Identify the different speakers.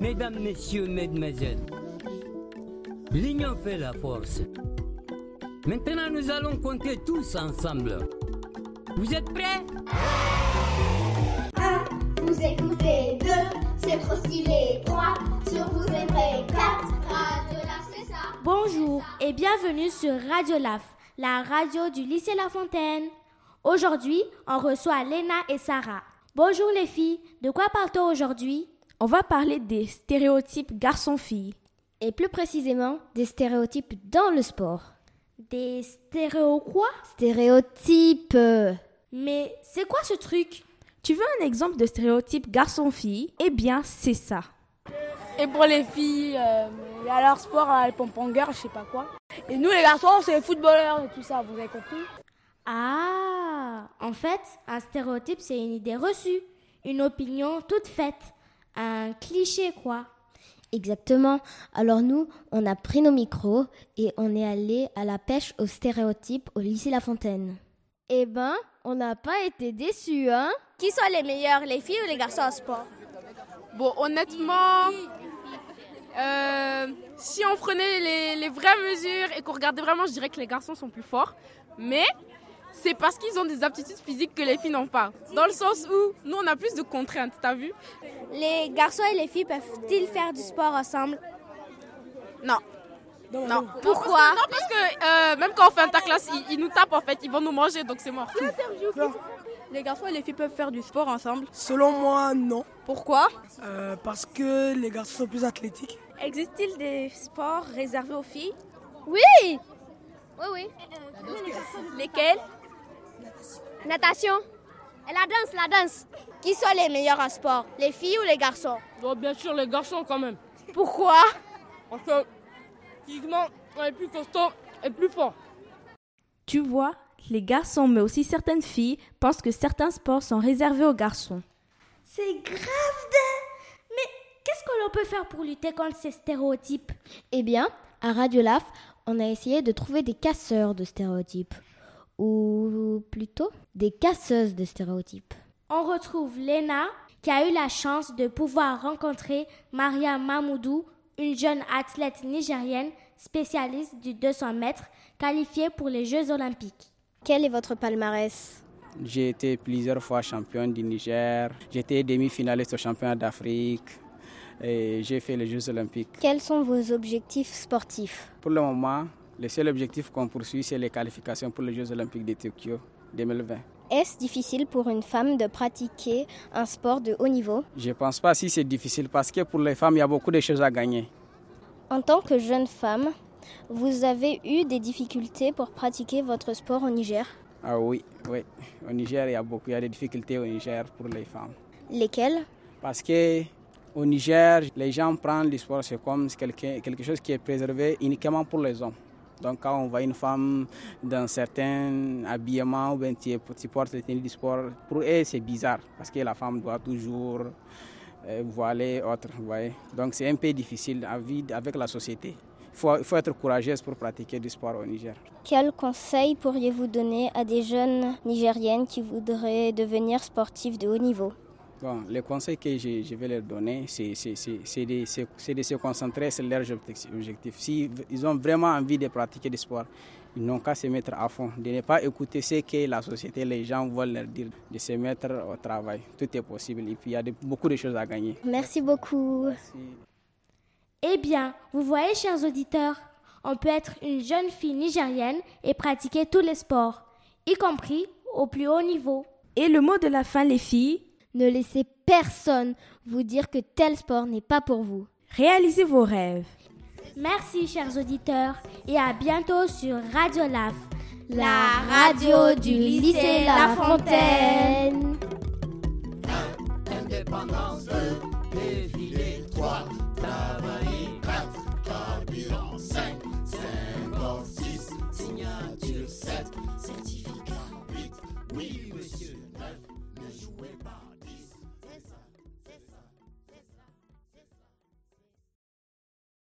Speaker 1: Mesdames, Messieurs, Mesdemoiselles, l'union fait la force. Maintenant, nous allons compter tous ensemble. Vous êtes prêts
Speaker 2: Un, vous écoutez. Deux, c'est trop stylé. Trois, sur vous aimerez. Quatre, Radio Lab, c'est ça.
Speaker 3: Bonjour et bienvenue sur Radio Laf, la radio du lycée La Fontaine. Aujourd'hui, on reçoit Léna et Sarah. Bonjour les filles, de quoi parle-t-on aujourd'hui
Speaker 4: On va parler des stéréotypes garçons-filles.
Speaker 5: Et plus précisément, des stéréotypes dans le sport.
Speaker 3: Des stéréo quoi
Speaker 5: Stéréotypes euh,
Speaker 3: Mais c'est quoi ce truc
Speaker 4: Tu veux un exemple de stéréotype garçon-fille Eh bien, c'est ça.
Speaker 6: Et pour les filles, euh, il y a leur sport, euh, les pompons girls, je sais pas quoi. Et nous les garçons, c'est les footballeurs et tout ça, vous avez compris
Speaker 3: Ah En fait, un stéréotype c'est une idée reçue, une opinion toute faite, un cliché quoi.
Speaker 5: Exactement. Alors nous, on a pris nos micros et on est allé à la pêche aux stéréotypes au lycée La Fontaine. Eh ben, on n'a pas été déçus, hein
Speaker 7: Qui sont les meilleurs, les filles ou les garçons en sport
Speaker 8: Bon, honnêtement, euh, si on prenait les, les vraies mesures et qu'on regardait vraiment, je dirais que les garçons sont plus forts. Mais c'est parce qu'ils ont des aptitudes physiques que les filles n'ont pas. Dans le sens où nous, on a plus de contraintes, t'as vu
Speaker 7: Les garçons et les filles peuvent-ils faire du sport ensemble
Speaker 8: Non. Non.
Speaker 7: Pourquoi
Speaker 8: Non, parce que euh, même quand on fait interclasse, ils, ils nous tapent en fait, ils vont nous manger, donc c'est mort.
Speaker 6: Les garçons et les filles peuvent faire du sport ensemble.
Speaker 9: Selon moi, non.
Speaker 6: Pourquoi
Speaker 9: Euh, parce que les garçons sont plus athlétiques.
Speaker 7: Existe-t-il des sports réservés aux filles
Speaker 5: Oui, oui.
Speaker 7: Lesquels
Speaker 5: Natation. Et la danse, la danse.
Speaker 7: Qui sont les meilleurs en sport Les filles ou les garçons
Speaker 8: Bon, bien sûr, les garçons quand même.
Speaker 7: Pourquoi
Speaker 8: Parce que physiquement, on est plus costaud et plus fort.
Speaker 4: Tu vois, les garçons, mais aussi certaines filles, pensent que certains sports sont réservés aux garçons.
Speaker 3: C'est grave de... Mais qu'est-ce que l'on peut faire pour lutter contre ces stéréotypes
Speaker 5: Eh bien, à Radio Laf, on a essayé de trouver des casseurs de stéréotypes. Ou plutôt, des casseuses de stéréotypes.
Speaker 3: On retrouve Léna qui a eu la chance de pouvoir rencontrer Maria Mamoudou, une jeune athlète nigérienne spécialiste du 200 mètres qualifiée pour les Jeux olympiques.
Speaker 5: Quel est votre palmarès
Speaker 10: J'ai été plusieurs fois champion du Niger. J'étais demi-finaliste au championnat d'Afrique. Et j'ai fait les Jeux Olympiques.
Speaker 5: Quels sont vos objectifs sportifs
Speaker 10: Pour le moment, le seul objectif qu'on poursuit, c'est les qualifications pour les Jeux Olympiques de Tokyo 2020.
Speaker 5: Est-ce difficile pour une femme de pratiquer un sport de haut niveau
Speaker 10: Je pense pas si c'est difficile parce que pour les femmes, il y a beaucoup de choses à gagner.
Speaker 5: En tant que jeune femme, vous avez eu des difficultés pour pratiquer votre sport au Niger.
Speaker 10: Ah oui, oui. Au Niger, il y a beaucoup, il y a des difficultés au Niger pour les femmes.
Speaker 5: Lesquelles
Speaker 10: Parce que au Niger, les gens prennent le sport, c'est comme quelque, quelque chose qui est préservé uniquement pour les hommes. Donc quand on voit une femme dans certains habillements ou bien tu es- tu portes le tenue du sport, pour eux c'est bizarre parce que la femme doit toujours euh, voiler autre, vous voyez. Donc c'est un peu difficile à vivre avec la société. Il faut, il faut être courageuse pour pratiquer du sport au Niger.
Speaker 5: Quels conseils pourriez-vous donner à des jeunes Nigériennes qui voudraient devenir sportives de haut niveau
Speaker 10: Bon, le conseil que je, je vais leur donner, c'est c'est- c'est- c'est de, se- c'est de se concentrer sur leurs objectifs- objectifs. Si ils ont vraiment envie de pratiquer du sport, ils n'ont qu'à se mettre à fond, de ne pas écouter ce que la société, les gens veulent leur dire, de se mettre au travail. Tout est possible et puis il y a de- beaucoup de choses à gagner.
Speaker 5: Merci beaucoup.
Speaker 3: Eh bien, vous voyez, chers auditeurs, on peut être une jeune fille nigérienne et pratiquer tous les sports, y compris au plus haut niveau.
Speaker 4: Et le mot de la fin, les filles
Speaker 5: Ne laissez personne vous dire que tel sport n'est pas pour vous.
Speaker 4: Réalisez vos rêves.
Speaker 3: Merci, chers auditeurs, et à bientôt sur Radio Laf.
Speaker 5: La radio du lycée La Fontaine.
Speaker 11: signature 7, certificat 8, oui.